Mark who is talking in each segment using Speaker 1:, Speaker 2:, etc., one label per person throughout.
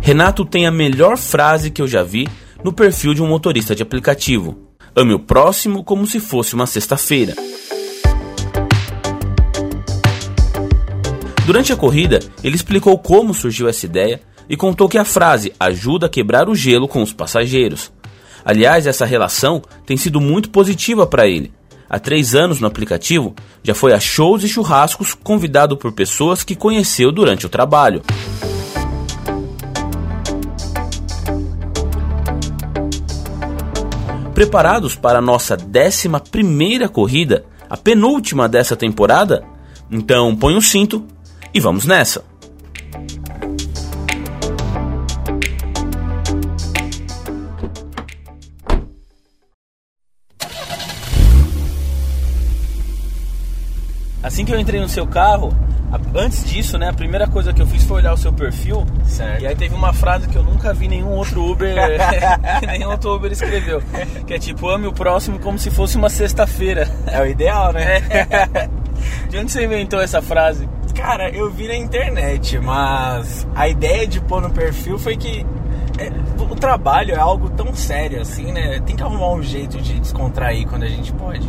Speaker 1: Renato tem a melhor frase que eu já vi no perfil de um motorista de aplicativo: Ame o próximo como se fosse uma sexta-feira. Durante a corrida, ele explicou como surgiu essa ideia e contou que a frase ajuda a quebrar o gelo com os passageiros. Aliás, essa relação tem sido muito positiva para ele. Há três anos no aplicativo, já foi a shows e churrascos convidado por pessoas que conheceu durante o trabalho. Preparados para a nossa 11 corrida, a penúltima dessa temporada? Então põe o cinto e vamos nessa! Assim que eu entrei no seu carro, a- antes disso, né, a primeira coisa que eu fiz foi olhar o seu perfil.
Speaker 2: Certo.
Speaker 1: E aí teve uma frase que eu nunca vi nenhum outro Uber, que nenhum outro Uber escreveu, que é tipo, ame o próximo como se fosse uma sexta-feira. É.
Speaker 2: É o ideal, né?
Speaker 1: De onde você inventou essa frase?
Speaker 2: Cara, eu vi na internet, mas a ideia de pôr no perfil foi que é, o trabalho é algo tão sério assim, né? Tem que arrumar um jeito de descontrair quando a gente pode.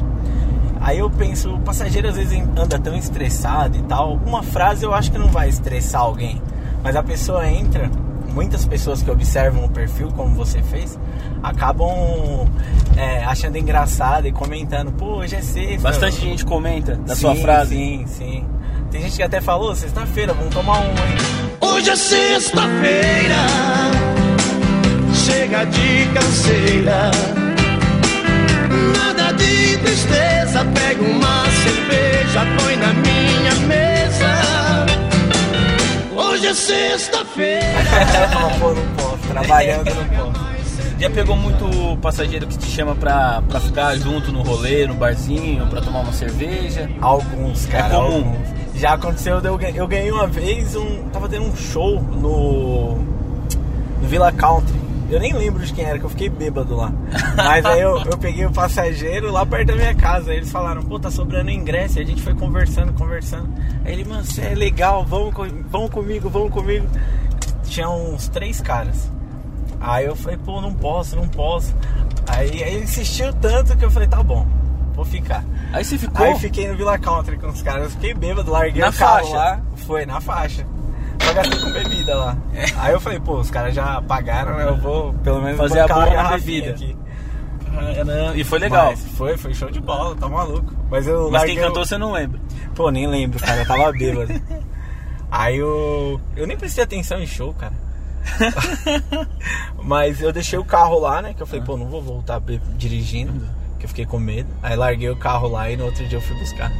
Speaker 2: Aí eu penso, o passageiro às vezes anda tão estressado e tal. Uma frase eu acho que não vai estressar alguém, mas a pessoa entra. Muitas pessoas que observam o perfil, como você fez, acabam é, achando engraçado e comentando: pô, hoje é sexta.
Speaker 1: Bastante gente comenta da
Speaker 2: Sim,
Speaker 1: sua frase.
Speaker 2: Sim, sim. Tem gente que até falou, sexta-feira, vamos tomar um, hein?
Speaker 3: Hoje é sexta-feira, chega de canseira. Nada de tristeza, pega uma cerveja, põe na minha mesa. Hoje é sexta-feira.
Speaker 2: Fala, pô, não posso, um trabalhando não posso.
Speaker 1: Já pegou muito passageiro que te chama pra, pra ficar junto no rolê, no barzinho, pra tomar uma cerveja? É
Speaker 2: Alguns, cara,
Speaker 1: comum.
Speaker 2: alguns. Já aconteceu, de eu, gan- eu ganhei uma vez um. Tava tendo um show no. no Villa Country. Eu nem lembro de quem era, que eu fiquei bêbado lá. Mas aí eu, eu peguei o passageiro lá perto da minha casa. Aí eles falaram, pô, tá sobrando ingresso. E a gente foi conversando, conversando. Aí ele, mano, você é legal, vamos, co- vamos comigo, vamos comigo. Tinha uns três caras. Aí eu falei, pô, não posso, não posso. Aí, aí ele insistiu tanto que eu falei, tá bom, vou ficar.
Speaker 1: Aí você ficou.
Speaker 2: Aí eu fiquei no Villa Country com os caras, eu fiquei bêbado, larguei
Speaker 1: Na
Speaker 2: o carro
Speaker 1: faixa?
Speaker 2: lá. Foi, na faixa. Só gastei com bebida lá.
Speaker 1: É.
Speaker 2: Aí eu falei, pô, os caras já pagaram, né? Eu vou pelo menos
Speaker 1: Fazer a
Speaker 2: bancar uma
Speaker 1: boa na
Speaker 2: garrafinha
Speaker 1: bebida.
Speaker 2: aqui.
Speaker 1: Caramba, E foi legal.
Speaker 2: Mas foi, foi show de bola, tá maluco. Mas eu
Speaker 1: Mas,
Speaker 2: larguei
Speaker 1: quem cantou
Speaker 2: o-
Speaker 1: você não lembra.
Speaker 2: Pô, nem lembro, cara, eu tava bêbado. Aí eu. Eu nem prestei atenção em show, cara. Mas eu deixei o carro lá, né? Que eu
Speaker 1: Ah.
Speaker 2: falei, pô, não vou voltar bê- dirigindo, que eu fiquei com medo. Aí larguei o carro lá e no outro dia eu fui buscar.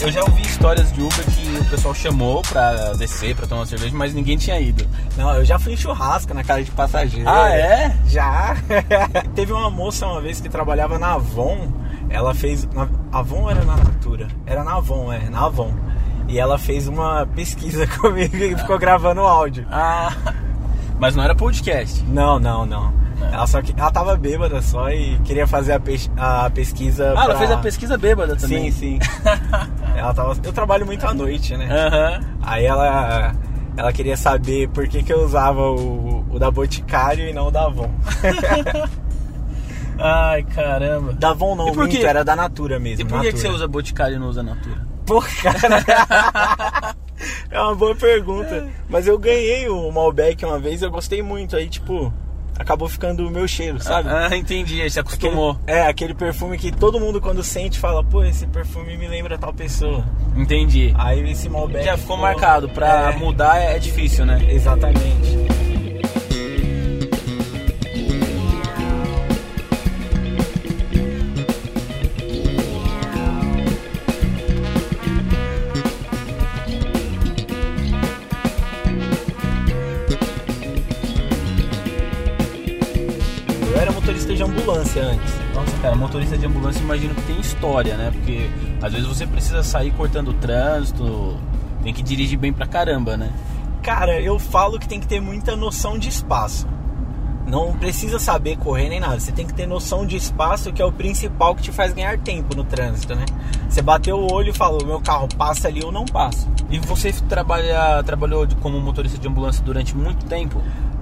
Speaker 1: Eu já ouvi histórias de Uber que o pessoal chamou pra descer, pra tomar uma cerveja, mas ninguém tinha ido.
Speaker 2: Não, eu já fui em churrasco na casa de passageiro.
Speaker 1: Ah, é?
Speaker 2: Já. Teve uma moça uma vez que trabalhava na Avon. Ela fez. Na, Avon era na Natura? Era na Avon, é, na Avon. E ela fez uma pesquisa comigo e ficou gravando o áudio.
Speaker 1: Ah, mas não era podcast.
Speaker 2: Não, não, não. Ela só que. Ela tava bêbada só e queria fazer a, pes- a pesquisa.
Speaker 1: Ah, ela
Speaker 2: pra-
Speaker 1: fez a pesquisa bêbada
Speaker 2: Sim,
Speaker 1: também.
Speaker 2: sim. ela tava. Eu trabalho muito à noite, né?
Speaker 1: Aham.
Speaker 2: Aí ela, ela queria saber por que, que eu usava o, o da Boticário e não o da Avon.
Speaker 1: Ai, caramba.
Speaker 2: Da Avon não,
Speaker 1: E por
Speaker 2: minto,
Speaker 1: que-
Speaker 2: era da Natura mesmo.
Speaker 1: E por que,
Speaker 2: Natura.
Speaker 1: que você usa Boticário e não usa Natura?
Speaker 2: Pô, cara. é uma boa pergunta. Mas eu ganhei o Malbec uma vez, eu gostei muito. Aí, tipo, acabou ficando o meu cheiro, sabe?
Speaker 1: Ah, entendi. Aí você
Speaker 2: Aquele-
Speaker 1: acostumou.
Speaker 2: é, aquele perfume que todo mundo quando sente fala, pô, esse perfume me lembra tal pessoa.
Speaker 1: Entendi.
Speaker 2: Aí esse Malbec.
Speaker 1: Já ficou marcado. Pra
Speaker 2: é,
Speaker 1: mudar é difícil, né?
Speaker 2: Exatamente. Eu era motorista de ambulância antes.
Speaker 1: Nossa, cara, motorista de ambulância imagino que tem história, né? Porque às vezes você precisa sair cortando o trânsito, tem que dirigir bem pra caramba, né?
Speaker 2: Cara, eu falo que tem que ter muita noção de espaço. Não precisa saber correr nem nada. Você tem que ter noção de espaço, que é o principal que te faz ganhar tempo no trânsito, né? Você bateu o olho e falou: meu carro passa ali ou não passa.
Speaker 4: E você trabalha, trabalhou de- como motorista de ambulância durante muito tempo?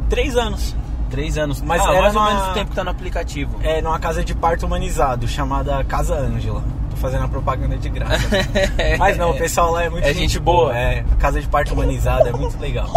Speaker 2: Três anos.
Speaker 4: Três anos.
Speaker 2: Mas
Speaker 4: ah,
Speaker 2: era
Speaker 4: mais ou
Speaker 2: na-
Speaker 4: menos o tempo que tá no aplicativo.
Speaker 2: É numa casa de parto humanizado, chamada Casa Ângela. Tô fazendo a propaganda de graça. Mas não, o pessoal lá é muito
Speaker 4: É gente boa.
Speaker 2: É, a casa de parto humanizada é muito legal.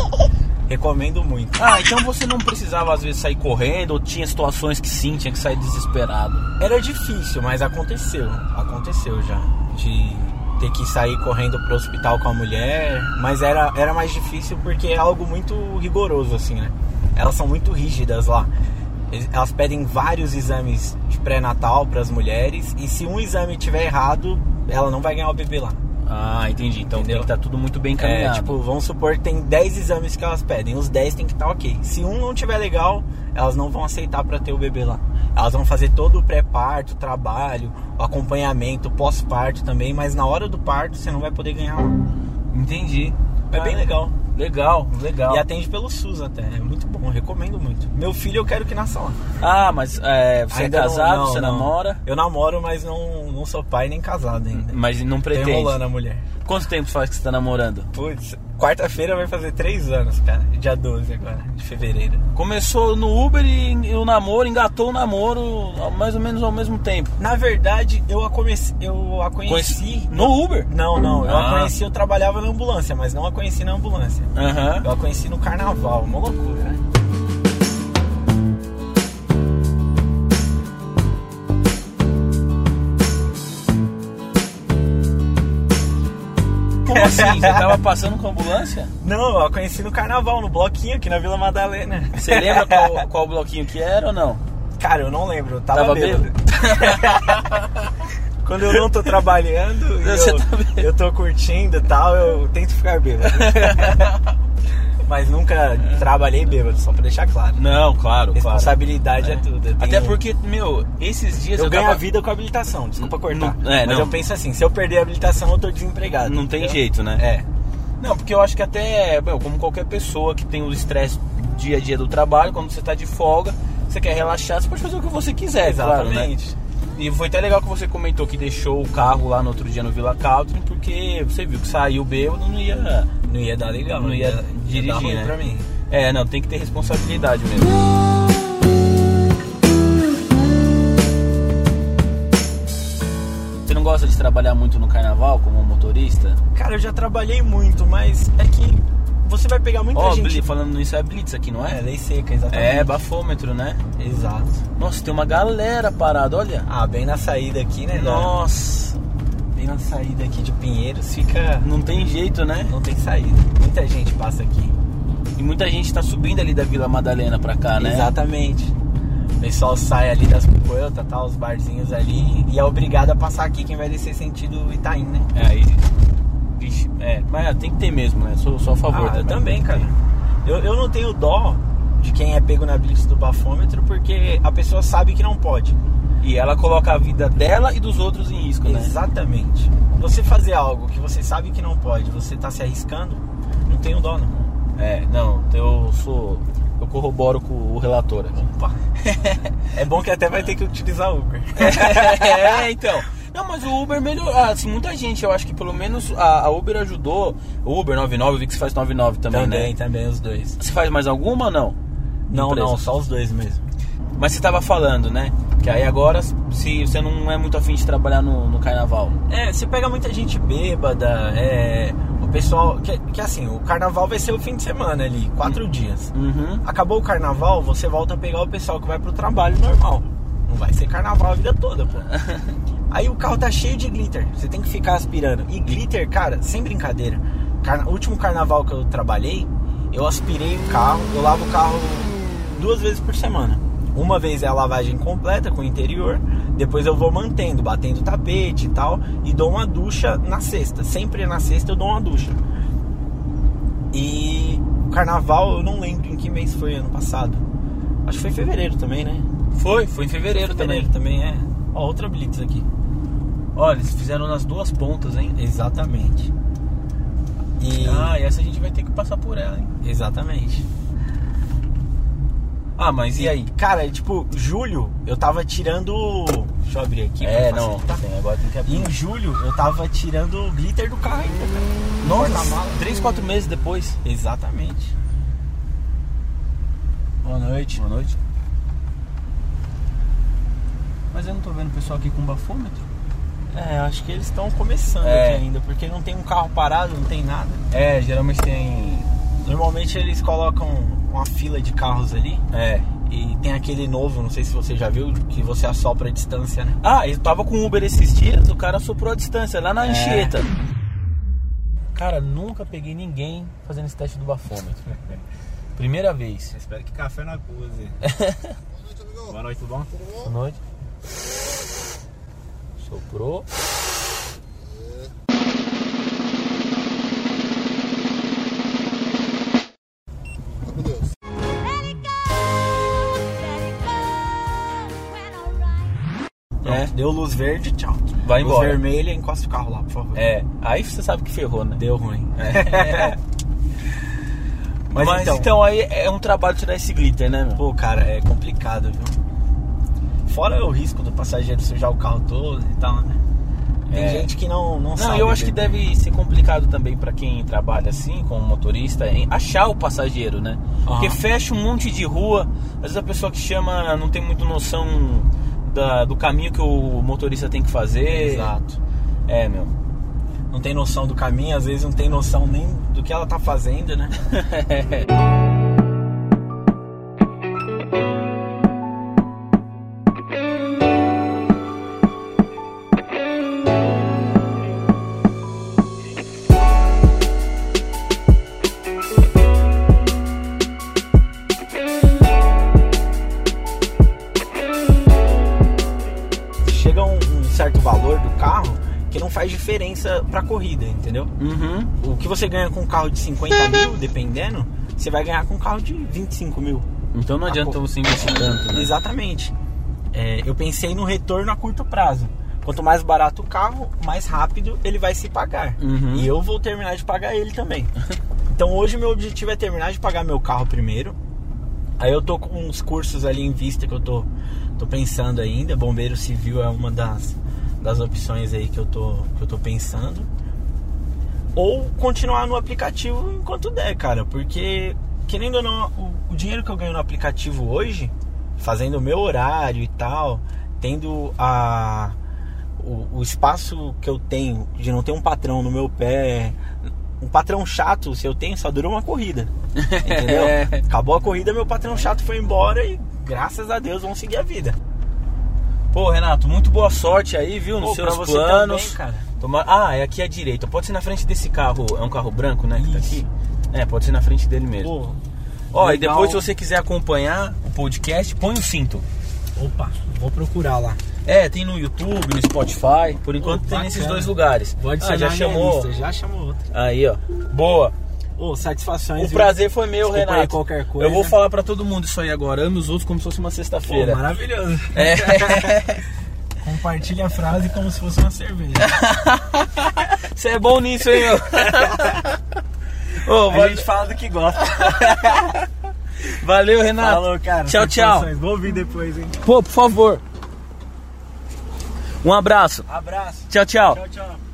Speaker 2: Recomendo muito.
Speaker 4: Ah, então você não precisava às vezes sair correndo ou tinha situações que sim, tinha que sair desesperado.
Speaker 2: Era difícil, mas aconteceu. Aconteceu já. De ter que sair correndo pro hospital com a mulher. Mas era, era mais difícil porque é algo muito rigoroso, assim, né? Elas são muito rígidas lá. Eles- Elas pedem vários exames de pré-natal para as mulheres. E se um exame tiver errado, ela não vai ganhar o bebê lá.
Speaker 4: Ah, entendi. Então
Speaker 2: Entendeu?
Speaker 4: tem que tá tudo muito bem
Speaker 2: É,
Speaker 4: encaminhado.
Speaker 2: tipo, vamos supor que tem 10 exames que elas pedem. Os 10 tem que estar ok. Se um não tiver legal, elas não vão aceitar pra ter o bebê lá. Elas vão fazer todo o pré-parto, o trabalho, o acompanhamento, o pós-parto também, mas na hora do parto você não vai poder ganhar lá.
Speaker 4: Entendi.
Speaker 2: É
Speaker 4: Ah,
Speaker 2: bem legal.
Speaker 4: Legal, legal.
Speaker 2: E atende pelo SUS até. É muito bom, recomendo muito. Meu filho eu quero que nasça lá.
Speaker 4: Ah, mas é, você
Speaker 2: Ainda
Speaker 4: é
Speaker 2: não-
Speaker 4: casado,
Speaker 2: não,
Speaker 4: você
Speaker 2: não.
Speaker 4: namora,
Speaker 2: Eu namoro, mas não, não sou pai nem casado ainda.
Speaker 4: mas não
Speaker 2: Tô
Speaker 4: pretende.
Speaker 2: Tá enrolando a mulher.
Speaker 4: Quanto tempo faz que você tá namorando?
Speaker 2: Putz, quarta-feira vai fazer 3 anos, cara. Dia 12 agora, de fevereiro.
Speaker 4: Começou no Uber e o namoro, engatou o namoro ao- mais ou menos ao mesmo tempo.
Speaker 2: Na verdade, eu a, comece... eu a conheci.
Speaker 4: No Uber?
Speaker 2: Não, não. Eu
Speaker 4: Ah.
Speaker 2: a conheci, eu trabalhava na ambulância, mas não a conheci na ambulância.
Speaker 4: Aham.
Speaker 2: Eu a conheci no carnaval, uma loucura, né?
Speaker 4: Como assim? Você tava passando com a ambulância?
Speaker 2: Não, eu a conheci no carnaval, no bloquinho aqui na Vila Madalena.
Speaker 4: Você lembra qual, qual bloquinho que era ou não?
Speaker 2: Cara, eu não lembro, eu tava,
Speaker 4: Tava
Speaker 2: bêbado.
Speaker 4: bêbado?
Speaker 2: Quando eu não tô trabalhando, e
Speaker 4: Você
Speaker 2: eu,
Speaker 4: tá bêbado.
Speaker 2: eu tô curtindo e tal, eu tento ficar bêbado. Mas nunca trabalhei bêbado, só pra deixar claro.
Speaker 4: Não, claro,
Speaker 2: Responsabilidade é, tudo. eu
Speaker 4: Até
Speaker 2: tenho-
Speaker 4: porque, meu, esses dias
Speaker 2: Eu,
Speaker 4: eu,
Speaker 2: ganho
Speaker 4: tava...
Speaker 2: a vida com a habilitação, desculpa cortar.
Speaker 4: Não- é,
Speaker 2: mas
Speaker 4: não.
Speaker 2: eu penso assim, se eu perder a habilitação, eu tô desempregado.
Speaker 4: Não tem
Speaker 2: entendeu?
Speaker 4: jeito, né?
Speaker 2: É.
Speaker 4: Não, porque eu acho que até, meu, como qualquer pessoa que tem o estresse dia a dia do trabalho, quando você tá de folga, você quer relaxar, você pode fazer o que você quiser, claro, né?
Speaker 2: Exatamente.
Speaker 4: E foi até legal que você comentou que deixou o carro lá no outro dia no Vila Caltrin, porque você viu que saiu bêbado, não ia...
Speaker 2: Não ia dar legal,
Speaker 4: Não ia dirigir,
Speaker 2: dar ruim
Speaker 4: né?
Speaker 2: pra mim.
Speaker 4: É, não, tem que ter responsabilidade mesmo. Você não gosta de trabalhar muito no carnaval como motorista?
Speaker 2: Cara, eu já trabalhei muito, mas é que você vai pegar muita
Speaker 4: Ó,
Speaker 2: gente.
Speaker 4: Bli- falando nisso, é Blitz aqui, não
Speaker 2: É,
Speaker 4: é?
Speaker 2: lei seca, exatamente.
Speaker 4: É, bafômetro, né?
Speaker 2: Exato.
Speaker 4: Nossa, tem uma galera parada, olha.
Speaker 2: Ah, bem na saída aqui, né? Dora?
Speaker 4: Nossa,
Speaker 2: Bem na saída aqui de Pinheiros, fica...
Speaker 4: não tem jeito, né?
Speaker 2: Não tem saída. Muita gente passa aqui.
Speaker 4: E muita gente tá subindo ali da Vila Madalena pra
Speaker 2: Ah,
Speaker 4: cá, né?
Speaker 2: Exatamente. O pessoal sai ali das Cucuelta, tá? Os barzinhos ali. E é obrigado a passar aqui quem vai descer sentido Itaim, né?
Speaker 4: É, aí. Vixe, é, mas tem que ter mesmo, né? Sou, sou a favor
Speaker 2: Ah, eu também,
Speaker 4: também.
Speaker 2: cara. Eu, eu não tenho dó de quem é pego na blitz do bafômetro porque a pessoa sabe que não pode.
Speaker 4: E ela coloca a vida dela e dos outros em risco, né?
Speaker 2: Exatamente. Você fazer algo que você sabe que não pode, você tá se arriscando, não tenho dó, não.
Speaker 4: É, não, eu sou. Eu corroboro com o relator aqui.
Speaker 2: Opa. é bom que até vai ter que utilizar Uber.
Speaker 4: é, então. Não, mas o Uber melhorou. Ah, Assim, muita gente, eu acho que pelo menos a, a Uber ajudou. O Uber 99, eu vi que você faz 99 também, né?
Speaker 2: também os dois.
Speaker 4: Você faz mais alguma ou não?
Speaker 2: Não,
Speaker 4: Empresa.
Speaker 2: não, só os dois mesmo.
Speaker 4: Mas você tava falando, né? Que aí agora, se você não é muito afim de trabalhar no, no carnaval.
Speaker 2: É, você pega muita gente bêbada, é. O pessoal. Que, que assim, o carnaval vai ser o fim de semana ali, quatro dias.
Speaker 4: Uhum.
Speaker 2: Acabou o carnaval, você volta a pegar o pessoal que vai pro trabalho normal. Não vai ser carnaval a vida toda, pô. Aí o carro tá cheio de glitter, você tem que ficar aspirando. E glitter, cara, sem brincadeira. Carna- O último carnaval que eu trabalhei, eu aspirei o carro, eu lavo o carro duas vezes por semana. Uma vez é a lavagem completa com o interior, depois eu vou mantendo, batendo tapete e tal, e dou uma ducha na sexta. Sempre na sexta eu dou uma ducha. E o carnaval, eu não lembro em que mês foi ano passado. Acho que foi em fevereiro também, né?
Speaker 4: Foi, foi em fevereiro também.
Speaker 2: Fevereiro também é. Ó, outra Blitz aqui.
Speaker 4: Olha, eles fizeram nas duas pontas, hein?
Speaker 2: Exatamente. E
Speaker 4: Ah, e essa a gente vai também tem que passar por ela, hein?
Speaker 2: Exatamente.
Speaker 4: Ah, mas e aí?
Speaker 2: Cara, tipo, julho eu tava tirando. Deixa eu abrir aqui.
Speaker 4: É,
Speaker 2: pra
Speaker 4: não,
Speaker 2: facilitar.
Speaker 4: tem, agora tem que abrir.
Speaker 2: Em julho eu tava tirando o glitter do carro ainda, cara.
Speaker 4: Nossa,
Speaker 2: Porta-mala.
Speaker 4: 3, 4 meses depois.
Speaker 2: Exatamente.
Speaker 4: Boa noite. Boa noite. Mas eu não tô vendo o pessoal aqui com bafômetro.
Speaker 2: É, eu acho que eles estão começando
Speaker 4: É.
Speaker 2: aqui ainda, porque não tem um carro parado, não tem nada.
Speaker 4: É, geralmente tem.
Speaker 2: Normalmente eles colocam uma fila de carros ali
Speaker 4: É.
Speaker 2: e tem aquele novo, não sei se você já viu, que você assopra a distância, né?
Speaker 4: Ah, eu tava com o Uber esses dias, o cara soprou a distância lá na
Speaker 2: É.
Speaker 4: Anchieta. Cara, nunca peguei ninguém fazendo esse teste do bafômetro. Primeira vez.
Speaker 5: Espero que café não acuse. Boa noite, tudo bom?
Speaker 4: Boa noite. Soprou.
Speaker 2: Pronto, Deu luz verde, tchau.
Speaker 4: É. Vai
Speaker 2: luz
Speaker 4: embora.
Speaker 2: vermelha, encosta o carro lá, por favor.
Speaker 4: É, aí você sabe que ferrou, né?
Speaker 2: Deu ruim.
Speaker 4: Mas, então, aí é um trabalho tirar esse glitter, né, meu?
Speaker 2: Pô, cara, é complicado, viu? Fora o risco do passageiro sujar o carro todo e tal, né? Tem
Speaker 4: É.
Speaker 2: gente que não, não,
Speaker 4: Não,
Speaker 2: sabe. né?
Speaker 4: eu acho que
Speaker 2: beber.
Speaker 4: deve ser complicado também pra quem trabalha assim, como motorista, em achar o passageiro, né? Porque
Speaker 2: Aham.
Speaker 4: fecha um monte de rua, às vezes a pessoa que chama não tem muito noção da- do caminho que o motorista tem que fazer.
Speaker 2: Exato.
Speaker 4: É, meu.
Speaker 2: Não tem noção do caminho, às vezes não tem noção nem do que ela tá fazendo, né? Chega um, um certo valor do carro que não faz diferença pra corrida, entendeu?
Speaker 4: Uhum.
Speaker 2: O que você ganha com um carro de 50 mil, dependendo, você vai ganhar com um carro de 25 mil.
Speaker 4: Então não adianta
Speaker 2: co-
Speaker 4: você investir tanto, né?
Speaker 2: Exatamente. É, eu pensei no retorno a curto prazo. Quanto mais barato o carro, mais rápido ele vai se pagar.
Speaker 4: Uhum.
Speaker 2: E eu vou terminar de pagar ele também. então hoje meu objetivo é terminar de pagar meu carro primeiro. Aí eu tô com uns cursos ali em vista que eu tô, tô pensando ainda. Bombeiro civil é uma das, das opções aí que eu, tô, que eu tô pensando. Ou continuar no aplicativo enquanto der, cara. Porque, querendo ou não, o, o dinheiro que eu ganho no aplicativo hoje, fazendo o meu horário e tal, tendo a, o, o espaço que eu tenho de não ter um patrão no meu pé. Um patrão chato, se eu tenho, só durou uma corrida. Entendeu?
Speaker 4: É.
Speaker 2: Acabou a corrida, meu patrão chato foi embora e graças a Deus vão seguir a vida.
Speaker 4: Pô, Renato, muito boa sorte aí, viu? Nos
Speaker 2: Pô,
Speaker 4: seus
Speaker 2: pra você
Speaker 4: planos.
Speaker 2: também, cara.
Speaker 4: Toma- Ah, é aqui à direita. Pode ser na frente desse carro. É um carro branco, né? Que tá
Speaker 2: Isso.
Speaker 4: aqui? É, pode ser na frente dele mesmo.
Speaker 2: Pô,
Speaker 4: Ó, e
Speaker 2: legal.
Speaker 4: depois se você quiser acompanhar o podcast, põe o cinto.
Speaker 2: opa, vou procurar lá.
Speaker 4: É, tem no YouTube, no Spotify. Por enquanto tem
Speaker 2: bacana.
Speaker 4: nesses dois lugares.
Speaker 2: Vou adicionar
Speaker 4: ah, já
Speaker 2: na minha
Speaker 4: chamou.
Speaker 2: lista, já chamou outra.
Speaker 4: Aí, ó. Boa.
Speaker 2: Ô, satisfações.
Speaker 4: O
Speaker 2: viu?
Speaker 4: prazer foi meu,
Speaker 2: Desculpa aí
Speaker 4: Renato.
Speaker 2: qualquer coisa.
Speaker 4: Eu vou falar pra todo mundo isso aí agora. Ame os outros como se fosse uma
Speaker 2: Pô,
Speaker 4: sexta-feira.
Speaker 2: maravilhoso.
Speaker 4: é.
Speaker 2: É. Compartilha a frase como se fosse uma cerveja.
Speaker 4: Você é bom nisso, hein, meu? Ô,
Speaker 2: a
Speaker 4: vale-
Speaker 2: gente fala do que gosta.
Speaker 4: Valeu, Renato.
Speaker 2: Falou, cara.
Speaker 4: Tchau, tchau.
Speaker 2: satisfações. Vou ouvir depois, hein?
Speaker 4: Pô, por favor. Um abraço.
Speaker 2: Abraço.
Speaker 4: Tchau, tchau.
Speaker 2: Tchau, tchau.